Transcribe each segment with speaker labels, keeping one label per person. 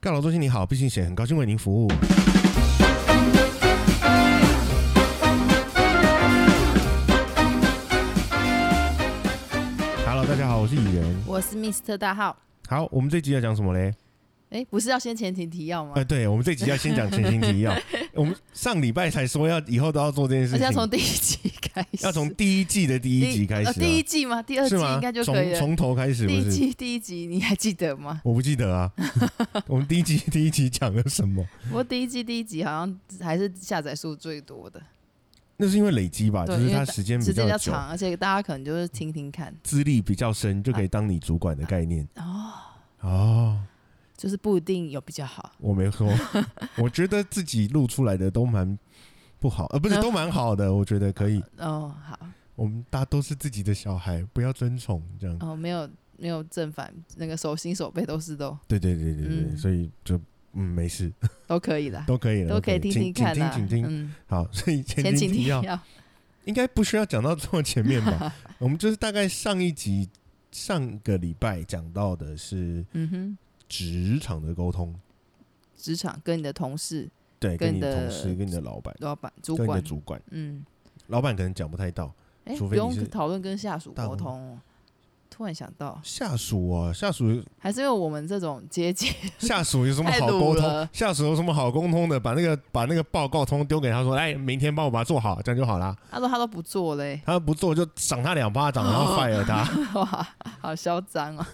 Speaker 1: 告劳中心你好，毕信贤很高兴为您服务。Hello，大家好，我是蚁人。
Speaker 2: 我是 Mr 大号。
Speaker 1: 好，我们这集要讲什么嘞？
Speaker 2: 哎，不是要先前情提要吗？
Speaker 1: 呃，对，我们这集要先讲前行提 要。我们上礼拜才说要以后都要做这件事
Speaker 2: 而且要
Speaker 1: 情，
Speaker 2: 从第一集开始，
Speaker 1: 要从第一季的第一集开始、啊
Speaker 2: 呃第一季吗？第二季
Speaker 1: 是吗？
Speaker 2: 应该就可
Speaker 1: 从
Speaker 2: 以了。
Speaker 1: 从头开始不
Speaker 2: 第一
Speaker 1: 是？
Speaker 2: 季第一集你还记得吗？
Speaker 1: 我不记得 啊，我们第一集 第一集讲了什么？
Speaker 2: 不过第一季第一集好像还是下载数最多的，
Speaker 1: 那是因为累积吧，
Speaker 2: 对
Speaker 1: 就是
Speaker 2: 因为
Speaker 1: 它
Speaker 2: 大
Speaker 1: 时间比
Speaker 2: 时间
Speaker 1: 较
Speaker 2: 比较
Speaker 1: 久，
Speaker 2: 长，而且大家可能就是听听看，
Speaker 1: 资历比较深，就可以当你主管的概念。
Speaker 2: 啊哦，
Speaker 1: 哦，
Speaker 2: 就是不一定有比较好。
Speaker 1: 我没说， 我觉得自己录出来的都蛮不好，
Speaker 2: 嗯
Speaker 1: 呃，不是都蛮好的，我觉得可以。
Speaker 2: 哦，好，
Speaker 1: 我们大家都是自己的小孩，不要争宠，这样。
Speaker 2: 哦，没有没有正反，那个手心手背都是都
Speaker 1: 对对对对对，
Speaker 2: 嗯
Speaker 1: 所以就嗯没事，
Speaker 2: 都可以的，
Speaker 1: 都可以了，
Speaker 2: 都可以听
Speaker 1: 请
Speaker 2: 听看
Speaker 1: 请
Speaker 2: 啦。
Speaker 1: 听，请听。
Speaker 2: 嗯，
Speaker 1: 好，所以前
Speaker 2: 前
Speaker 1: 情
Speaker 2: 情
Speaker 1: 提
Speaker 2: 提
Speaker 1: 要
Speaker 2: 要，
Speaker 1: 应该不需要讲到这么前面 吧？我们就是大概上一集、上个礼拜讲到的是
Speaker 2: 嗯哼，
Speaker 1: 职场的沟通，
Speaker 2: 职场跟你的同事、
Speaker 1: 对，
Speaker 2: 跟
Speaker 1: 跟你
Speaker 2: 你
Speaker 1: 的同
Speaker 2: 的
Speaker 1: 事、跟你的老板、
Speaker 2: 老板、主
Speaker 1: 跟你的
Speaker 2: 管，
Speaker 1: 主管，
Speaker 2: 嗯，
Speaker 1: 老板可能讲不太到，
Speaker 2: 哎，
Speaker 1: 除
Speaker 2: 不
Speaker 1: 非你
Speaker 2: 用
Speaker 1: 是
Speaker 2: 讨论跟下属
Speaker 1: 大
Speaker 2: 沟
Speaker 1: 公司
Speaker 2: 通哦。突然想到，
Speaker 1: 下属啊，下属
Speaker 2: 还是因为我们这种阶级，
Speaker 1: 下属有什么
Speaker 2: 太
Speaker 1: 好
Speaker 2: 鲁
Speaker 1: 沟通
Speaker 2: 了？
Speaker 1: 下属有什么好沟通的？把那个把那个报告通通丢给他说，哎，明天帮我把它做好，这样就好啦。
Speaker 2: 他说他都不做嘞，
Speaker 1: 他不做就赏他两巴掌，然
Speaker 2: 哦
Speaker 1: 后 fire 他。
Speaker 2: 哇，好嚣张哦。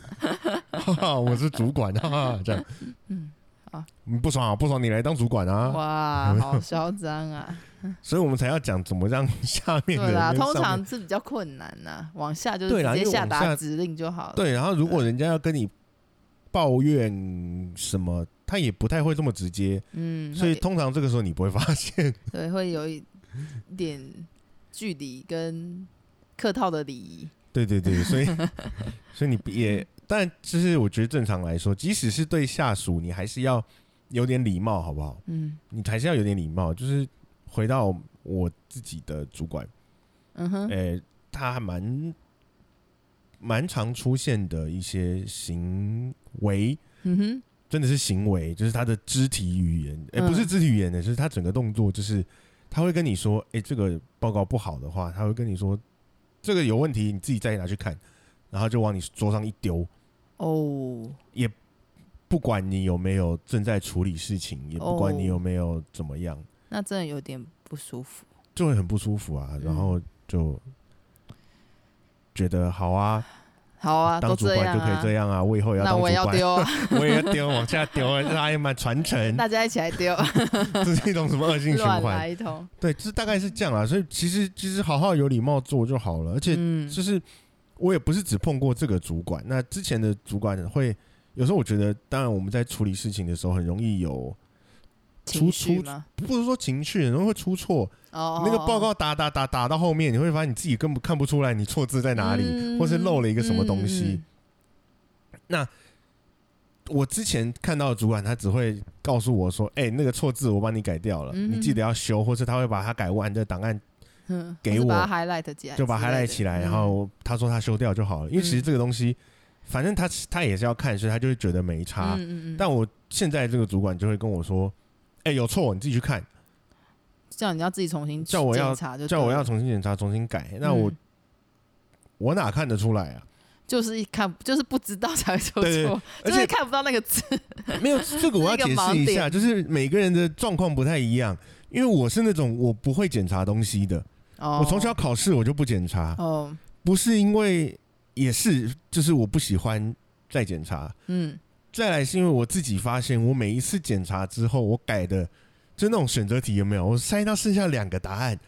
Speaker 1: 哈哈，我是主管，哈哈，这样，嗯
Speaker 2: 嗯，好，
Speaker 1: 不爽啊，不爽，你来当主管啊，
Speaker 2: 哇，好嚣张啊！
Speaker 1: 所以我们才要讲怎么让下面的
Speaker 2: 对
Speaker 1: 人
Speaker 2: 啦，
Speaker 1: 跟
Speaker 2: 通
Speaker 1: 上面
Speaker 2: 常是比较困难呐，往下就是
Speaker 1: 对啦
Speaker 2: 直接
Speaker 1: 因为
Speaker 2: 下
Speaker 1: 往下
Speaker 2: 达指令就好了。
Speaker 1: 对，然后如果
Speaker 2: 呃
Speaker 1: 人家要跟你抱怨什么，他也不太会这么直接，
Speaker 2: 嗯，
Speaker 1: 所以
Speaker 2: 会
Speaker 1: 通常这个时候你不会发现，
Speaker 2: 对会有一点距离跟客套的礼仪。
Speaker 1: 对对对，所以所以你也，但就是我觉得正常来说，即使是对下属，你还是要有点礼貌，好不好？
Speaker 2: 嗯
Speaker 1: 你还是要有点礼貌，就是回到我自己的主管。
Speaker 2: 嗯哼，
Speaker 1: 诶、他还蛮蛮常出现的一些行为，
Speaker 2: 嗯哼，
Speaker 1: 真的是行为，就是他的肢体语言，诶、
Speaker 2: 嗯
Speaker 1: 不是肢体语言的，就是他整个动作，就是他会跟你说，诶、这个报告不好的话，他会跟你说，这个有问题，你自己再拿去看，然后就往你桌上一丢，
Speaker 2: 哦，
Speaker 1: 不管你有没有正在处理事情，也不管你
Speaker 2: 哦
Speaker 1: 有没有怎么样，
Speaker 2: 那真的有点不舒服。
Speaker 1: 就会很不舒服啊，然
Speaker 2: 嗯
Speaker 1: 后就觉得好啊，
Speaker 2: 好啊，
Speaker 1: 当
Speaker 2: 都
Speaker 1: 主
Speaker 2: 这
Speaker 1: 管
Speaker 2: 样
Speaker 1: 就可以
Speaker 2: 啊
Speaker 1: 这，样啊，我以后也要
Speaker 2: 那
Speaker 1: 当主
Speaker 2: 我
Speaker 1: 管，
Speaker 2: 也要丢啊。
Speaker 1: 我也要丢，往下丢，让他们传 承，
Speaker 2: 大家一起来丢，
Speaker 1: 这是一种什么恶性循
Speaker 2: 乱
Speaker 1: 环？
Speaker 2: 来一通。
Speaker 1: 对，这大概是这样啦。所以其实其实好好有礼貌做就好了，而且
Speaker 2: 嗯
Speaker 1: 就是我也不是只碰过这个主管，那之前的主管会有时候我觉得，当然我们在处理事情的时候很容易有，
Speaker 2: 情绪吗？
Speaker 1: 不是说情绪，很容易会出错。
Speaker 2: 哦，
Speaker 1: 那个报告打打打打到后面，你会发现你自己根本看不出来你错字在哪里，
Speaker 2: 嗯
Speaker 1: 或是漏了一个什么东西。？我之前看到的主管，他只会告诉我说：“哎、那个错字我帮你改掉了，
Speaker 2: 嗯
Speaker 1: 你记得要修。”或是他会把它改完的档案
Speaker 2: 嗯嗯，
Speaker 1: 给
Speaker 2: 或是把
Speaker 1: 我
Speaker 2: 它 highlight 起来之类的，
Speaker 1: 就把它 highlight 起来，
Speaker 2: 嗯
Speaker 1: 然后他说他修掉就好了。因为其实这个东西，反正他他也是要看，所以他就会觉得没差。
Speaker 2: 嗯嗯嗯，
Speaker 1: 但我现在这个主管就会跟我说：“哎、有错你自己去看，
Speaker 2: 叫你要自己重新
Speaker 1: 叫我要
Speaker 2: 检呃查就对了，
Speaker 1: 叫我要重新检查、重新改。”那我、
Speaker 2: 嗯
Speaker 1: 我哪看得出来啊？
Speaker 2: 就是一看就是不知道才会出
Speaker 1: 对对对
Speaker 2: 错，
Speaker 1: 而
Speaker 2: 就是
Speaker 1: 且
Speaker 2: 看不到那个字。
Speaker 1: 没有这个我要
Speaker 2: 这
Speaker 1: 解
Speaker 2: 是一个
Speaker 1: 释一
Speaker 2: 盲
Speaker 1: 下，就是每个人的状况不太一样。因为我是那种我不会检查东西的。
Speaker 2: 哦，
Speaker 1: 我从小考试我就不检查，
Speaker 2: 哦，
Speaker 1: 不是因为也是就是我不喜欢再检查，
Speaker 2: 嗯，
Speaker 1: 再来是因为我自己发现，我每一次检查之后，我改的就那种选择题有没有，我塞到剩下两个答案，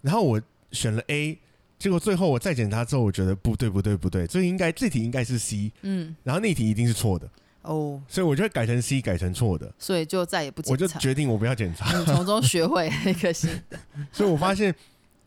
Speaker 1: 然后我选了 A，结果最后我再检查之后，我觉得不对不对不对，这应该这题应该是 C，
Speaker 2: 嗯，
Speaker 1: 然后那题一定是错的，
Speaker 2: 哦，
Speaker 1: 所以我就会改成 C 改成错的，
Speaker 2: 所以就再也不
Speaker 1: 我就
Speaker 2: 检查，
Speaker 1: 决定我不要检查。
Speaker 2: 嗯从中学会一个新的，
Speaker 1: 所以我发现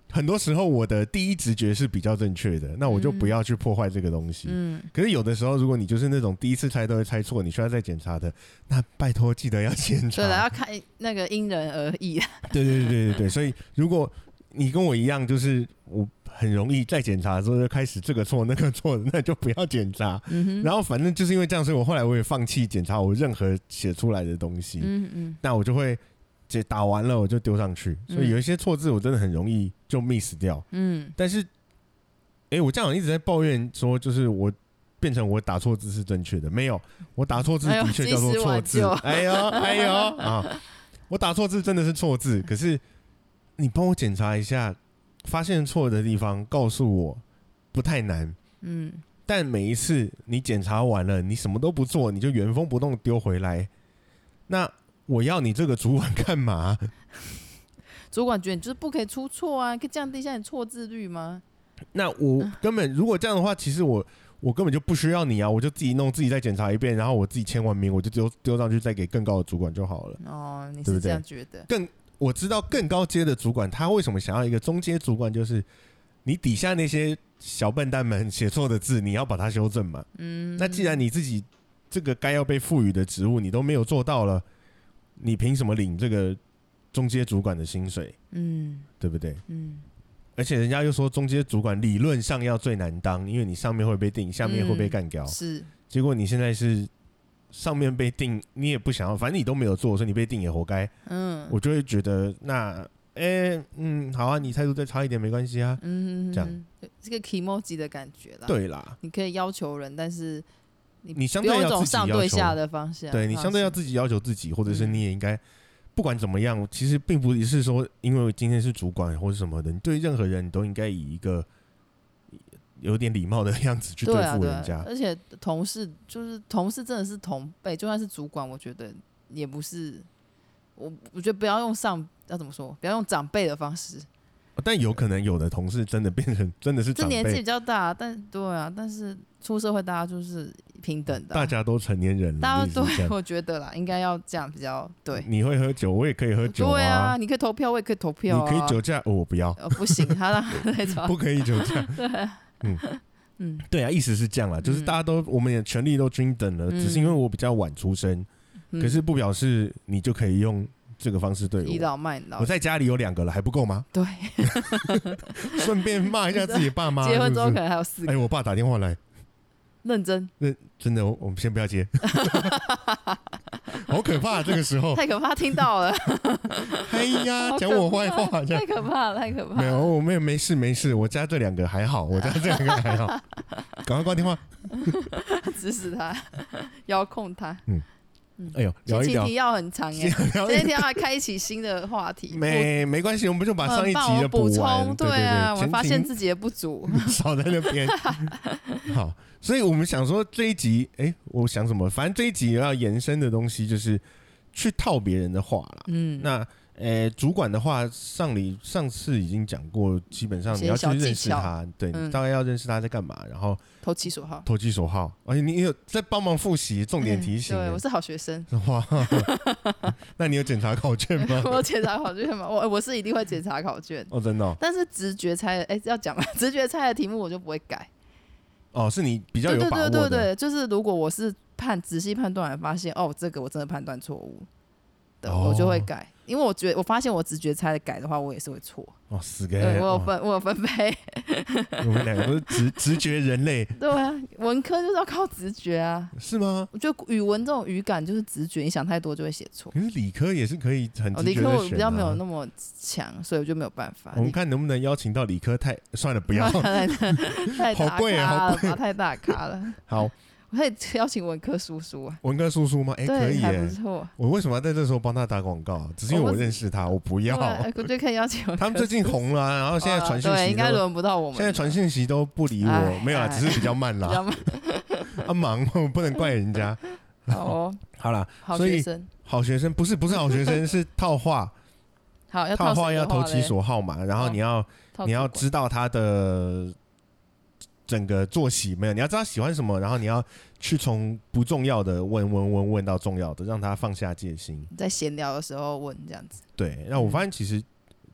Speaker 1: 很多时候我的第一直觉是比较正确的，那我就不要去破坏这个东西。
Speaker 2: 嗯，
Speaker 1: 可是有的时候，如果你就是那种第一次猜都会猜错，你需要再检查的，那拜托记得要检查。
Speaker 2: 对了，要看那个因人而异啊。
Speaker 1: 对对对对对，所以如果你跟我一样，就是我很容易在检查的时候就开始这个错那个错，那就不要检查。
Speaker 2: 嗯哼，
Speaker 1: 然后反正就是因为这样，所以我后来我也放弃检查我任何写出来的东西。
Speaker 2: 嗯嗯，
Speaker 1: 那我就会解打完了我就丢上去，所以有一些错字我真的很容易就 miss 掉。
Speaker 2: 嗯，
Speaker 1: 但是，哎、我家长一直在抱怨说，就是我变成我打错字是正确的，没有，我打错字
Speaker 2: 哎呦
Speaker 1: 的确叫做错
Speaker 2: 及
Speaker 1: 字
Speaker 2: 时挽。
Speaker 1: 哎呦，哎呦啊，我打错字真的是错字，可是你帮我检查一下，发现错的地方告诉我，不太难。
Speaker 2: 嗯，
Speaker 1: 但每一次你检查完了，你什么都不做，你就原封不动丢回来，那我要你这个主管干嘛？
Speaker 2: 主管觉得你就是不可以出错啊，可以降低一下你错字率吗？
Speaker 1: 那我根本如果这样的话，其实我我根本就不需要你啊，我就自己弄，自己再检查一遍，然后我自己签完名，我就丢丢上去，再给更高的主管就好了。
Speaker 2: 哦，你
Speaker 1: 对
Speaker 2: 是
Speaker 1: 不
Speaker 2: 这
Speaker 1: 对
Speaker 2: 样觉得？
Speaker 1: 我知道更高阶的主管他为什么想要一个中阶主管，就是你底下那些小笨蛋们写错的字，你要把它修正嘛。
Speaker 2: 嗯，
Speaker 1: 那既然你自己这个该要被赋予的职务你都没有做到了，你凭什么领这个中阶主管的薪水？
Speaker 2: 嗯
Speaker 1: 对不对？
Speaker 2: 嗯，
Speaker 1: 而且人家又说中阶主管理论上要最难当，因为你上面会被定，下面会被干掉。
Speaker 2: 是，
Speaker 1: 结果你现在是上面被定，你也不想要，反正你都没有做，所以你被定也活该。
Speaker 2: 嗯，
Speaker 1: 我就会觉得那，哎、嗯，好啊，你态度再差一点没关系啊。
Speaker 2: 嗯，
Speaker 1: 这样
Speaker 2: 嗯嗯是个 e m o j i 的感觉啦。，
Speaker 1: 对啦，
Speaker 2: 你可以要求人，但是你
Speaker 1: 你相
Speaker 2: 不用
Speaker 1: 对
Speaker 2: 一
Speaker 1: 要
Speaker 2: 种
Speaker 1: 自己
Speaker 2: 上对
Speaker 1: 要求啊
Speaker 2: 下的方向。
Speaker 1: 对你
Speaker 2: 方
Speaker 1: 相对
Speaker 2: 式
Speaker 1: 要自己要求自己，或者是
Speaker 2: 嗯
Speaker 1: 你也应该，不管怎么样，其实并不是说因为今天是主管或者什么的，你对任何人你都应该以一个有点礼貌的样子去对
Speaker 2: 对啊
Speaker 1: 付
Speaker 2: 对
Speaker 1: 人
Speaker 2: 啊
Speaker 1: 家。
Speaker 2: 而且同事就是同事，真的是同辈，就算是主管，我觉得也不是。我我觉得不要用上要怎么说，不要用长辈的方式。
Speaker 1: 但有可能有的同事真的变成真的是
Speaker 2: 啊这
Speaker 1: 长
Speaker 2: 年纪比
Speaker 1: 辈，
Speaker 2: 较大，但对啊，但是出社会大家就是平等的啊、
Speaker 1: 大家都成年人了，
Speaker 2: 大
Speaker 1: 你
Speaker 2: 家
Speaker 1: 是这
Speaker 2: 对，
Speaker 1: 样
Speaker 2: 我觉得啦，应该要这样比较对。
Speaker 1: 你会喝酒，我也可以喝酒
Speaker 2: 对啊，，你可以投票，我也可以投
Speaker 1: 你
Speaker 2: 票、啊。
Speaker 1: 可以酒驾，哦我不 要，
Speaker 2: 呃，不行， 他让他在床
Speaker 1: 不可以酒 驾。
Speaker 2: 啊嗯
Speaker 1: 对啊，意思是这样啦，就是
Speaker 2: 嗯
Speaker 1: 大家都我们也权利都均等了，只是因为我比较晚出生，
Speaker 2: 嗯
Speaker 1: 可是不表示你就可以用这个方式对
Speaker 2: 倚
Speaker 1: 我。
Speaker 2: 老卖老
Speaker 1: 我，在家里有两个了，还不够 吗？
Speaker 2: 对，
Speaker 1: 顺便骂一下自己爸妈。
Speaker 2: 结婚之后
Speaker 1: 是不
Speaker 2: 可
Speaker 1: 是
Speaker 2: 能还有四个，
Speaker 1: 哎，我爸打电话来，
Speaker 2: 认真
Speaker 1: 真的，我我们先不要 接，好可怕、这个时候，
Speaker 2: 太可怕，听到了，
Speaker 1: 哎呀，哦
Speaker 2: 好可怕
Speaker 1: 讲我坏话，这样
Speaker 2: 太可怕了，太可怕
Speaker 1: 没有，
Speaker 2: 了。
Speaker 1: 我没有，没事没事，我家这两个还好，我家这两个 还好，赶快挂电话。
Speaker 2: 指使他，遥控他。
Speaker 1: 哎呦，
Speaker 2: 前
Speaker 1: 聊一
Speaker 2: 情
Speaker 1: 聊
Speaker 2: 提，要很长欸耶，
Speaker 1: 聊
Speaker 2: 今
Speaker 1: 一
Speaker 2: 天要来开一起新的话题。
Speaker 1: 没没关系，我们就把
Speaker 2: 我
Speaker 1: 上一
Speaker 2: 很棒
Speaker 1: 集的
Speaker 2: 我补
Speaker 1: 完。
Speaker 2: 充，
Speaker 1: 对对
Speaker 2: 啊，
Speaker 1: 对，
Speaker 2: 我
Speaker 1: 前
Speaker 2: 发
Speaker 1: 情
Speaker 2: 现自己的不足。
Speaker 1: 少在那 边。好，所以我们想说这一集，哎、我想什么？反正这一集要延伸的东西就是去套别人的话啦。
Speaker 2: 嗯，
Speaker 1: 那呃，主管的话，上里上次已经讲过，基本上
Speaker 2: 一些
Speaker 1: 你要去
Speaker 2: 小技
Speaker 1: 认识
Speaker 2: 巧
Speaker 1: 他，对
Speaker 2: 嗯
Speaker 1: 你大概要认识他在干嘛，然后
Speaker 2: 投其所好，
Speaker 1: 投其所好，而且你有在帮忙复习，重点提醒
Speaker 2: 嗯对
Speaker 1: 耶。
Speaker 2: 我是好学 生。
Speaker 1: 哇，那你有检查考卷 吗？
Speaker 2: 我检查考卷嘛，我我是一定会检查 考卷，
Speaker 1: 哦，真的哦，
Speaker 2: 但是直觉猜的，哎、要讲吗？ 直觉猜的题目我就不会改。
Speaker 1: 哦是你比较
Speaker 2: 对
Speaker 1: 有
Speaker 2: 对
Speaker 1: 把握
Speaker 2: 对
Speaker 1: 的。
Speaker 2: 对对，就是如果我是判仔细判断，发现哦，这个我真的判断错误的，
Speaker 1: 哦
Speaker 2: 我就会改，因为我觉得我发现我直觉猜的改的话，我也是会错。
Speaker 1: 哦，死
Speaker 2: 对
Speaker 1: 给
Speaker 2: 我有分，我有分配。
Speaker 1: 我们两个都是直直觉人类，
Speaker 2: 对啊，文科就是要靠直觉啊。
Speaker 1: 是吗？
Speaker 2: 我觉得语文这种语感就是直觉，你想太多就会写错。
Speaker 1: 可是理科也是可以很
Speaker 2: 哦，
Speaker 1: 嗯直
Speaker 2: 理
Speaker 1: 觉
Speaker 2: 科
Speaker 1: 的
Speaker 2: 我比
Speaker 1: 选、
Speaker 2: 较没有
Speaker 1: 啊。
Speaker 2: 那么强，所以我就没有办法。
Speaker 1: 我
Speaker 2: 理
Speaker 1: 们看能不能邀请到理科太算了，不要
Speaker 2: 太太
Speaker 1: 好
Speaker 2: 大
Speaker 1: 贵啊
Speaker 2: 咖
Speaker 1: 好
Speaker 2: 了吧，太大咖了。
Speaker 1: 好
Speaker 2: 我可以邀请文科叔叔啊，
Speaker 1: 文科叔叔吗？哎、可
Speaker 2: 对，
Speaker 1: 以
Speaker 2: 还
Speaker 1: 耶
Speaker 2: 不。错。
Speaker 1: 我为什么要在这时候帮他打广告啊？只是因为
Speaker 2: 我
Speaker 1: 我
Speaker 2: 不
Speaker 1: 认识他，我不
Speaker 2: 对哎
Speaker 1: 要。
Speaker 2: 我觉得可以邀请文 科
Speaker 1: 他们最近红了啊、 然后现在
Speaker 2: 哦
Speaker 1: 传讯
Speaker 2: 对，
Speaker 1: 息
Speaker 2: 应该
Speaker 1: 都，
Speaker 2: 轮不到我们。
Speaker 1: 现在传讯息都不理
Speaker 2: 哎
Speaker 1: 我，没有啦，
Speaker 2: 哎
Speaker 1: 只是比较慢
Speaker 2: 比较
Speaker 1: 啦。
Speaker 2: 慢
Speaker 1: 啊忙， 我不能怪人家。
Speaker 2: 好 哦，
Speaker 1: 好啦，
Speaker 2: 好
Speaker 1: 所以
Speaker 2: 学生，
Speaker 1: 好学生不是不是好学 生，是套话，
Speaker 2: 好要
Speaker 1: 套
Speaker 2: 哎套
Speaker 1: 话要投其
Speaker 2: 谁的
Speaker 1: 所好嘛。然后
Speaker 2: 哦
Speaker 1: 你要
Speaker 2: 话嘞，
Speaker 1: 你要
Speaker 2: 知
Speaker 1: 知道他的整个作息没有，你要知道他喜欢什么，然后你要去从不重要的问问问问到重要的，让他放下戒心。
Speaker 2: 在闲聊的时候问这样子。
Speaker 1: 对，
Speaker 2: 嗯
Speaker 1: 那我发现其实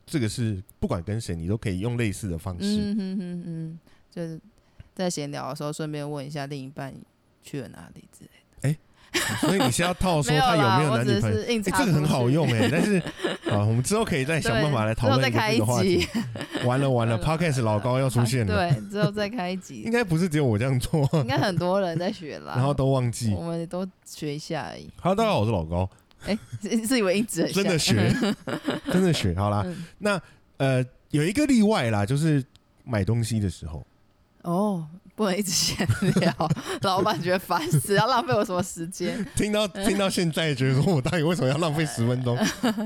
Speaker 1: 这个是不管跟谁，你都可以用类似的方式。
Speaker 2: 嗯哼哼哼，就是在闲聊的时候顺便问一下另一半去了哪里之类的。
Speaker 1: 哎所以你是要 套哦说
Speaker 2: 没有
Speaker 1: 他
Speaker 2: 啦，
Speaker 1: 没有
Speaker 2: 我
Speaker 1: 男
Speaker 2: 只
Speaker 1: 女朋友？
Speaker 2: 是硬
Speaker 1: 哎、
Speaker 2: 插、
Speaker 1: 这个很好。用哎、但 是啊，我们之后可以再想办法来讨论
Speaker 2: 对
Speaker 1: 一个这个话
Speaker 2: 之
Speaker 1: 题。完了完了
Speaker 2: 完了
Speaker 1: ，Podcast 老高要出现了，
Speaker 2: 对，之后再开一
Speaker 1: 应
Speaker 2: 集，
Speaker 1: 该不是只有我这样做，
Speaker 2: 应该很多人在学啦。
Speaker 1: 然后都忘记
Speaker 2: 我。们也都学一下而已。
Speaker 1: Hello，大家好，我是老高，
Speaker 2: 哎、自自以为音质很像
Speaker 1: 真的学， 真的学。好啦，
Speaker 2: 啊嗯
Speaker 1: 那呃有一个例外啦，就是买东西的时候，
Speaker 2: 哦，不能一直闲聊， 老板觉得烦死，要浪费我什么时间？
Speaker 1: 听 到听到现在，觉得说我到底为什么要浪费十分钟？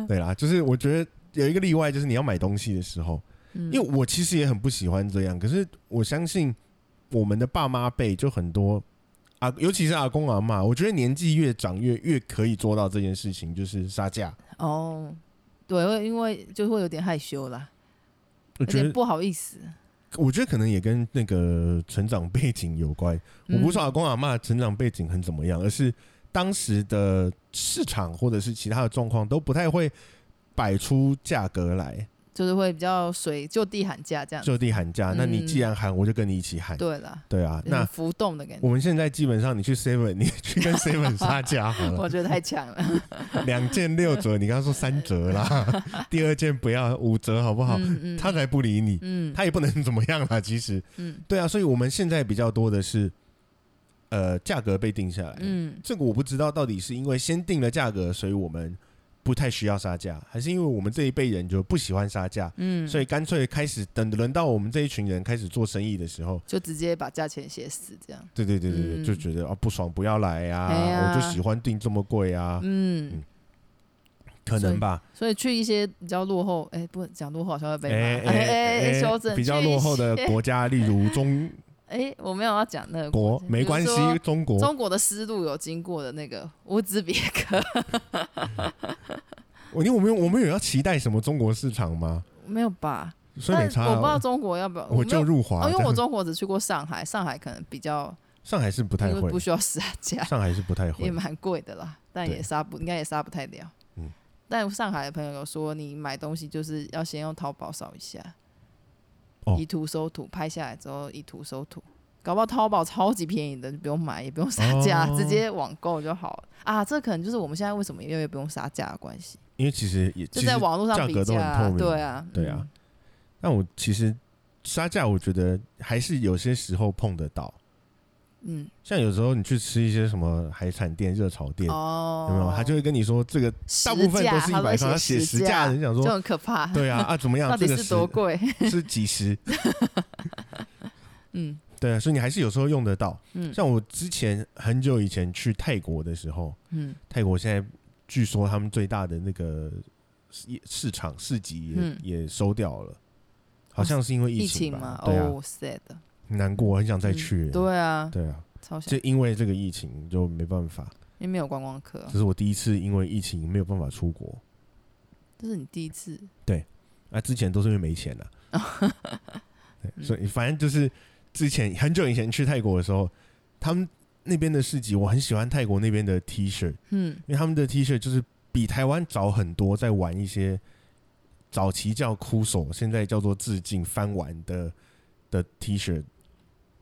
Speaker 1: 对啦，就是我觉得有一个例外，就是你要买东西的时候，
Speaker 2: 嗯
Speaker 1: 因为我其实也很不喜欢这样，可是我相信我们的爸妈辈就很多啊，尤其是阿公阿嬷，我觉得年纪越长越越可以做到这件事情，就是杀价。
Speaker 2: 哦，对，会因为就会有点害羞啦，
Speaker 1: 我
Speaker 2: 有
Speaker 1: 觉
Speaker 2: 点
Speaker 1: 得，
Speaker 2: 不好意思。
Speaker 1: 我觉得可能也跟那个成长背景有关。我不是说
Speaker 2: 嗯
Speaker 1: 阿公阿嬷成长背景很怎么样，而是当时的市场或者是其他的状况都不太会摆出价格来，
Speaker 2: 嗯就是会比较随就地喊价这样。
Speaker 1: 就地喊价。那你
Speaker 2: 嗯
Speaker 1: 既然喊，我就跟你一起喊。
Speaker 2: 对嗯啦，
Speaker 1: 对啊，
Speaker 2: 有
Speaker 1: 那
Speaker 2: 点浮动的感觉，
Speaker 1: 我们现在基本上你去 Seven，你去 跟 Seven 杀价好了，
Speaker 2: 我觉得太强了。
Speaker 1: 两件六折，你刚刚说三折啦，第二件不要五折好不 好？
Speaker 2: 嗯嗯，
Speaker 1: 他才不理你，
Speaker 2: 嗯
Speaker 1: 他也不能怎么样啦。其实，
Speaker 2: 嗯
Speaker 1: 对啊，所以我们现在比较多的是，呃，价格被定下来，
Speaker 2: 嗯，
Speaker 1: 这个我不知道到底是因为先定了价格，所以我们不太需要杀价，还是因为我们这一辈人就不喜欢杀价，
Speaker 2: 嗯，
Speaker 1: 所以干脆开始等轮到我们这一群人开始做生意的时候，
Speaker 2: 就直接把价钱写死这样。
Speaker 1: 对对对对对，
Speaker 2: 嗯
Speaker 1: 就觉得啊不爽不要来呀、
Speaker 2: 哎呀
Speaker 1: 我就喜欢定这么贵啊，
Speaker 2: 嗯，
Speaker 1: 可能吧，
Speaker 2: 所以去一些比较落后，哎，不讲落后好像会被
Speaker 1: 哎
Speaker 2: 骂。哎哎，修正
Speaker 1: 比较落后 的。
Speaker 2: 去一些
Speaker 1: 国家，例如中
Speaker 2: 哎，我没有要讲那个
Speaker 1: 国，没关
Speaker 2: 比
Speaker 1: 系
Speaker 2: 如说，
Speaker 1: 中国，
Speaker 2: 中国的丝路有经过的那个乌兹别克，
Speaker 1: 我因为我们有我们有要期待什么中国市场吗？
Speaker 2: 没有吧？
Speaker 1: 所以
Speaker 2: 但
Speaker 1: 没差
Speaker 2: 我不知
Speaker 1: 啊，
Speaker 2: 道中国要不要，
Speaker 1: 我
Speaker 2: 没有
Speaker 1: 就入华
Speaker 2: 哦，因
Speaker 1: 这
Speaker 2: 为我
Speaker 1: 样，
Speaker 2: 中国只去过上海，上海可能比较
Speaker 1: 上海是不太
Speaker 2: 因为
Speaker 1: 会
Speaker 2: 不，需要杀价，
Speaker 1: 上海是不太会
Speaker 2: 也，蛮贵的啦，但
Speaker 1: 对
Speaker 2: 也杀不应该也杀不太了。
Speaker 1: 嗯
Speaker 2: 但上海的朋友有说，你买东西就是要先用淘宝扫一下，
Speaker 1: 哦
Speaker 2: 以图搜图，拍下来之后以图搜图。搞不好淘宝超级便宜的，就不用买，也不用杀价，
Speaker 1: 哦
Speaker 2: 直接网购就好了啊！这可能就是我们现在为什么越来越不用杀价的关系，
Speaker 1: 因为其实也
Speaker 2: 就
Speaker 1: 其
Speaker 2: 在
Speaker 1: 实
Speaker 2: 网络上
Speaker 1: 价
Speaker 2: 比
Speaker 1: 格都
Speaker 2: 价、
Speaker 1: 很透
Speaker 2: 啊，
Speaker 1: 明
Speaker 2: 对啊，
Speaker 1: 对啊，但我其实杀价，我觉得还是有些时候碰得到。
Speaker 2: 嗯，
Speaker 1: 像有时候你去吃一些什么海产店、热炒
Speaker 2: 嗯，
Speaker 1: 店，
Speaker 2: 哦，
Speaker 1: 有没有？他就会跟你说这个
Speaker 2: 实
Speaker 1: 大部分都
Speaker 2: 价
Speaker 1: 是一
Speaker 2: 他
Speaker 1: 百
Speaker 2: 会
Speaker 1: 块，他写实价的，你想
Speaker 2: 就
Speaker 1: 说
Speaker 2: 很可怕，
Speaker 1: 对啊啊怎么样？
Speaker 2: 到
Speaker 1: 这
Speaker 2: 底
Speaker 1: 个
Speaker 2: 是多贵？
Speaker 1: 是是几十，
Speaker 2: 嗯
Speaker 1: 对啊，所以你还是有时候用得到。
Speaker 2: 嗯
Speaker 1: 像我之前很久以前去泰国的时候，
Speaker 2: 嗯
Speaker 1: 泰国现在据说他们最大的那个市市场市集也、
Speaker 2: 嗯哦
Speaker 1: 也收掉了，好像是因为情
Speaker 2: 疫情
Speaker 1: 吧
Speaker 2: 嘛，？
Speaker 1: 对啊，
Speaker 2: 哦，sad，
Speaker 1: 难过，很想再
Speaker 2: 嗯
Speaker 1: 去。
Speaker 2: 对啊，
Speaker 1: 对啊，
Speaker 2: 超想
Speaker 1: 就，因为这个疫情就没办法，
Speaker 2: 因为没有观光客啊，
Speaker 1: 这是我第一次因为疫情没有办法出国。
Speaker 2: 这是你第一次，
Speaker 1: 啊，之前都是因为没钱了、 对，
Speaker 2: 嗯
Speaker 1: 所以反正就是之前很久以前去泰国的时候，他们那边的市集，我很喜欢泰国那边的 T 恤，
Speaker 2: 嗯
Speaker 1: 因为他们的 T 恤就是比台湾早很多，在玩一些早期叫枯手，现在叫做致敬翻玩的的 T 恤，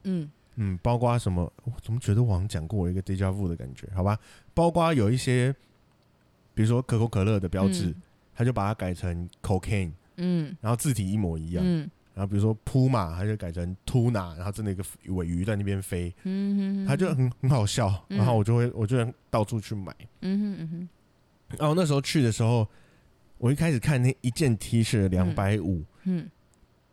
Speaker 2: 嗯
Speaker 1: 嗯，包括什么？我怎么觉得我好像讲过我一个 deja vu 的感觉？好吧，包括有一些，比如说可口可乐的标志，他就把它改成 cocaine，
Speaker 2: 嗯
Speaker 1: 然后字体一模一样。
Speaker 2: 嗯
Speaker 1: 然后比如说 puma，他就改成 tuna，然后真的一个尾鱼在那边飞，
Speaker 2: 嗯，
Speaker 1: 他就
Speaker 2: 嗯
Speaker 1: 很很好笑。
Speaker 2: 嗯
Speaker 1: 然后我就会我就会到处去买。
Speaker 2: 嗯嗯哼
Speaker 1: 然后那时候去的时候，我一开始看那一件 T 恤两百五
Speaker 2: 嗯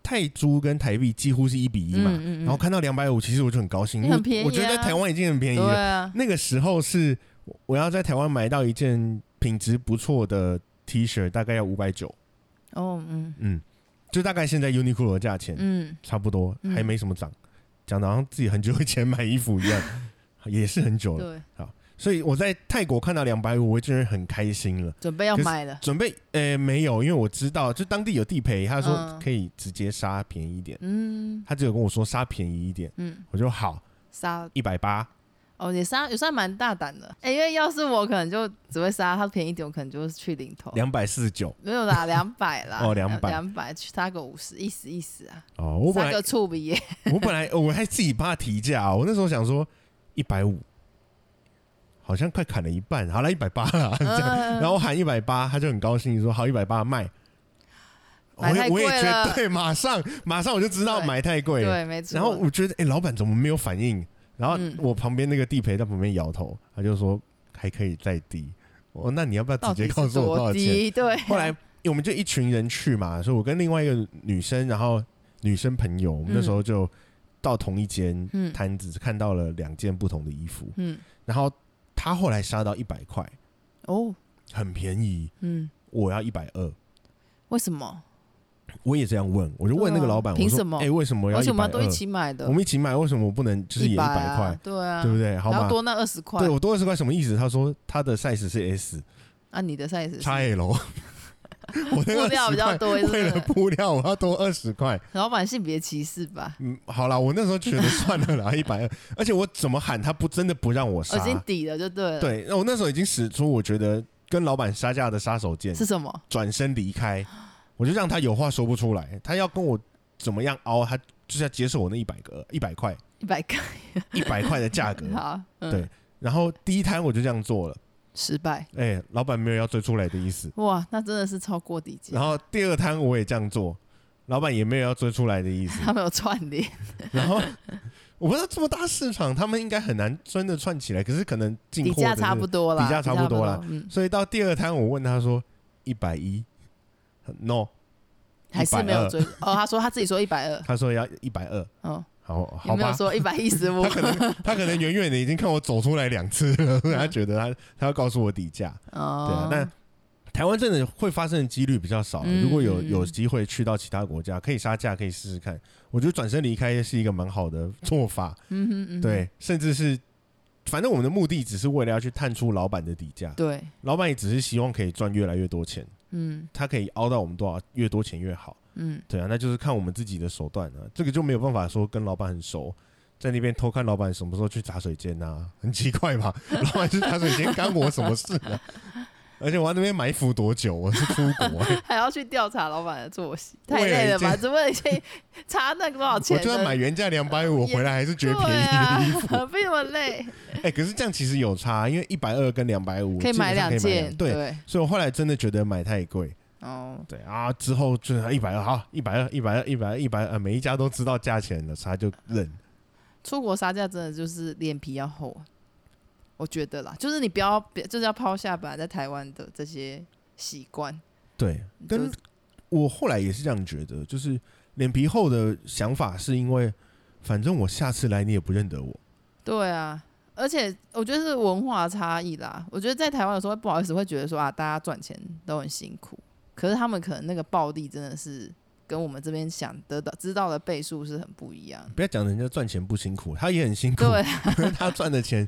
Speaker 1: 泰铢跟台币几乎是一比一嘛，
Speaker 2: 嗯嗯嗯
Speaker 1: 然后看到两百五，其实我就很高兴，
Speaker 2: 也
Speaker 1: 因为
Speaker 2: 很便宜啊
Speaker 1: 我觉得在台湾已经很便
Speaker 2: 哼，
Speaker 1: 宜了
Speaker 2: 对。啊，
Speaker 1: 那个时候是我我要在台湾买到一件品质不错的 T 恤，大概要五百九，
Speaker 2: 哦嗯
Speaker 1: 嗯，就大概现在 Uniqlo 的价钱、
Speaker 2: 嗯
Speaker 1: 差不多，
Speaker 2: 嗯
Speaker 1: 还没什么涨，讲的好像自己很久以前买衣服一样，也是很久了。
Speaker 2: 对，
Speaker 1: 所以我在泰国看到两百五，我真的很开心了。
Speaker 2: 准备要
Speaker 1: 可是
Speaker 2: 买了，
Speaker 1: 准备呃没有，因为我知道就当地有地陪，他说
Speaker 2: 嗯
Speaker 1: 可以直接杀便宜一点，
Speaker 2: 嗯
Speaker 1: 他只有跟我说杀便宜一点，
Speaker 2: 嗯，
Speaker 1: 我就好
Speaker 2: 杀
Speaker 1: 一百八。180,
Speaker 2: 哦也杀也算蛮大胆的，哎，因为要是我可能就只会杀，它便宜一点，我可能就是去零头。
Speaker 1: 两百四十九
Speaker 2: 没 有啦，两百啦，
Speaker 1: 哦200
Speaker 2: 两百去杀个五十，意思意思啊，
Speaker 1: 哦，我本
Speaker 2: 杀
Speaker 1: 来
Speaker 2: 个醋鼻耶，
Speaker 1: 我本来我还自己帮他提价、我那时候想说一百五，好像快砍了一半，好了，一百八 了。这样
Speaker 2: 嗯
Speaker 1: 然后我喊一百八，他就很高兴说好一百八卖。我
Speaker 2: 买
Speaker 1: 也
Speaker 2: 太
Speaker 1: 我
Speaker 2: 贵
Speaker 1: 也觉得
Speaker 2: 了
Speaker 1: 对，马上马上我就知道
Speaker 2: 对
Speaker 1: 买太贵了。
Speaker 2: 对，没错。
Speaker 1: 啊然后我觉得哎、老板怎么没有反应？然后
Speaker 2: 嗯
Speaker 1: 我旁边那个地陪在旁边摇头，他就说还可以再低。我那你要不要
Speaker 2: 到
Speaker 1: 直
Speaker 2: 底
Speaker 1: 接
Speaker 2: 是
Speaker 1: 告诉我多
Speaker 2: 多
Speaker 1: 少钱？
Speaker 2: 低？对，啊
Speaker 1: 后来我们就一群人去嘛，所以我跟另外一个女生，然后女生朋友，我们那时候就到同一间
Speaker 2: 嗯
Speaker 1: 摊子，看到了两件不同的衣服，
Speaker 2: 嗯
Speaker 1: 然后她后来杀到一百块，
Speaker 2: 哦
Speaker 1: 很便宜，
Speaker 2: 嗯，
Speaker 1: 我要一百二。
Speaker 2: 为什么？
Speaker 1: 我也这样问，我就问那个老板，
Speaker 2: 对啊
Speaker 1: 我说
Speaker 2: 凭什么
Speaker 1: 哎、为什么要
Speaker 2: 而且
Speaker 1: 一
Speaker 2: 我
Speaker 1: 百
Speaker 2: 们要都一
Speaker 1: 二？
Speaker 2: 起买的，
Speaker 1: 我们一起买，为什么我不能就是也一
Speaker 2: 100
Speaker 1: 百
Speaker 2: 啊
Speaker 1: 块，，
Speaker 2: 对啊，
Speaker 1: 对不对？好
Speaker 2: 然后
Speaker 1: 吗？
Speaker 2: 多那二十块
Speaker 1: 对，我多二十块什么意思？他说他的 size 是 S，
Speaker 2: 啊，你的 size 是
Speaker 1: 叉 L，我那
Speaker 2: 布料比较
Speaker 1: 20块
Speaker 2: 多，是不
Speaker 1: 为
Speaker 2: 是
Speaker 1: 了布料我要多二十块。
Speaker 2: 老板性别歧视吧？
Speaker 1: 嗯，好啦，我那时候觉得算了啦，一百二，而且我怎么喊他不真的不让我
Speaker 2: 我
Speaker 1: 杀
Speaker 2: 已，经抵了就对了。，
Speaker 1: 对，那我那时候已经使出我觉得跟老板杀价的杀手锏
Speaker 2: 是，什么？
Speaker 1: 转身离开，我就让他有话说不出来，他要跟我怎么样凹，他就是要接受我那一百个一百块
Speaker 2: 一百个，
Speaker 1: 一百块的价格
Speaker 2: 好，嗯
Speaker 1: 对，然后第一摊我就这样做了，
Speaker 2: 失败。
Speaker 1: 哎、老板没有要追出来的意思，
Speaker 2: 哇，那真的是超过底价
Speaker 1: 然，后第二摊我也这样做，老板也没有要追出来的意 思，
Speaker 2: 他们有串联，
Speaker 1: 然后我不知道这么大市场，他们应该很难真的串起来，可是可能进
Speaker 2: 底
Speaker 1: 货
Speaker 2: 价
Speaker 1: 的
Speaker 2: 差
Speaker 1: 是
Speaker 2: 不多啦，
Speaker 1: 底价差不多啦
Speaker 2: 底价差不多，嗯，
Speaker 1: 所以到第二摊我问他说一百一，no，
Speaker 2: 还是没有 追。哦，他说他自己说一百二，
Speaker 1: 他说要一百二，
Speaker 2: 哦，
Speaker 1: 好
Speaker 2: 有
Speaker 1: 好
Speaker 2: 没有
Speaker 1: 吧。
Speaker 2: 说一百一十五
Speaker 1: 他？可能他可能远远的已经看我走出来两次了， 所以他觉得他他要告诉我底价。对啊
Speaker 2: 哦，，
Speaker 1: 那台湾真的会发生的几率比较少。
Speaker 2: 嗯
Speaker 1: 如果有
Speaker 2: 嗯
Speaker 1: 有机会去到其他国家，可以杀价，可以试试看。我觉得转身离开是一个蛮好的做法。
Speaker 2: 嗯哼嗯哼，
Speaker 1: 对，甚至是反正我们的目的只是为了要去探出老板的底价，
Speaker 2: 对，
Speaker 1: 老板也只是希望可以赚越来越多钱，
Speaker 2: 嗯
Speaker 1: 他可以凹到我们多少越多钱越好。
Speaker 2: 嗯，
Speaker 1: 对啊，那就是看我们自己的手段啊，这个就没有办法说跟老板很熟。在那边偷看老板什么时候去茶水间呐、很奇怪吧？ 老板去茶水间干我什么事呢、 而且我在那边埋伏多久？我是出国、 欸
Speaker 2: 还要去调查老板的作息，太
Speaker 1: 为了一
Speaker 2: 累了吧？
Speaker 1: 件
Speaker 2: 只为了一件差那个多少
Speaker 1: 我
Speaker 2: 钱的？
Speaker 1: 就算买原价两百五，我回来还是觉得便宜
Speaker 2: 对啊
Speaker 1: 的衣服。
Speaker 2: 何必那么累？
Speaker 1: 哎、可是这样其实有差，啊因为一百二跟两百五
Speaker 2: 可以买两件，
Speaker 1: 对，所以我后来真的觉得买太贵。
Speaker 2: 哦，
Speaker 1: 对啊，之后就是一百二，好，一百二，一百二，一百二，一百二，啊每一家都知道价钱了，他就认。
Speaker 2: 出国杀价真的就是脸皮要厚啊，我觉得啦，就是你不要，别就是要抛下本来在台湾的这些习惯，
Speaker 1: 对，
Speaker 2: 就
Speaker 1: 跟
Speaker 2: 是
Speaker 1: 我后来也是这样觉得，就是脸皮厚的想法，是因为反正我下次来你也不认得我。
Speaker 2: 对啊。而且我觉得是文化差异啦。我觉得在台湾有时候会不好意思，会觉得说啊，大家赚钱都很辛苦，可是他们可能那个暴利真的是跟我们这边想得到知道的倍数是很不一样的。
Speaker 1: 不要讲人家赚钱不辛苦，他也很辛苦，
Speaker 2: 对，
Speaker 1: 可是他赚的钱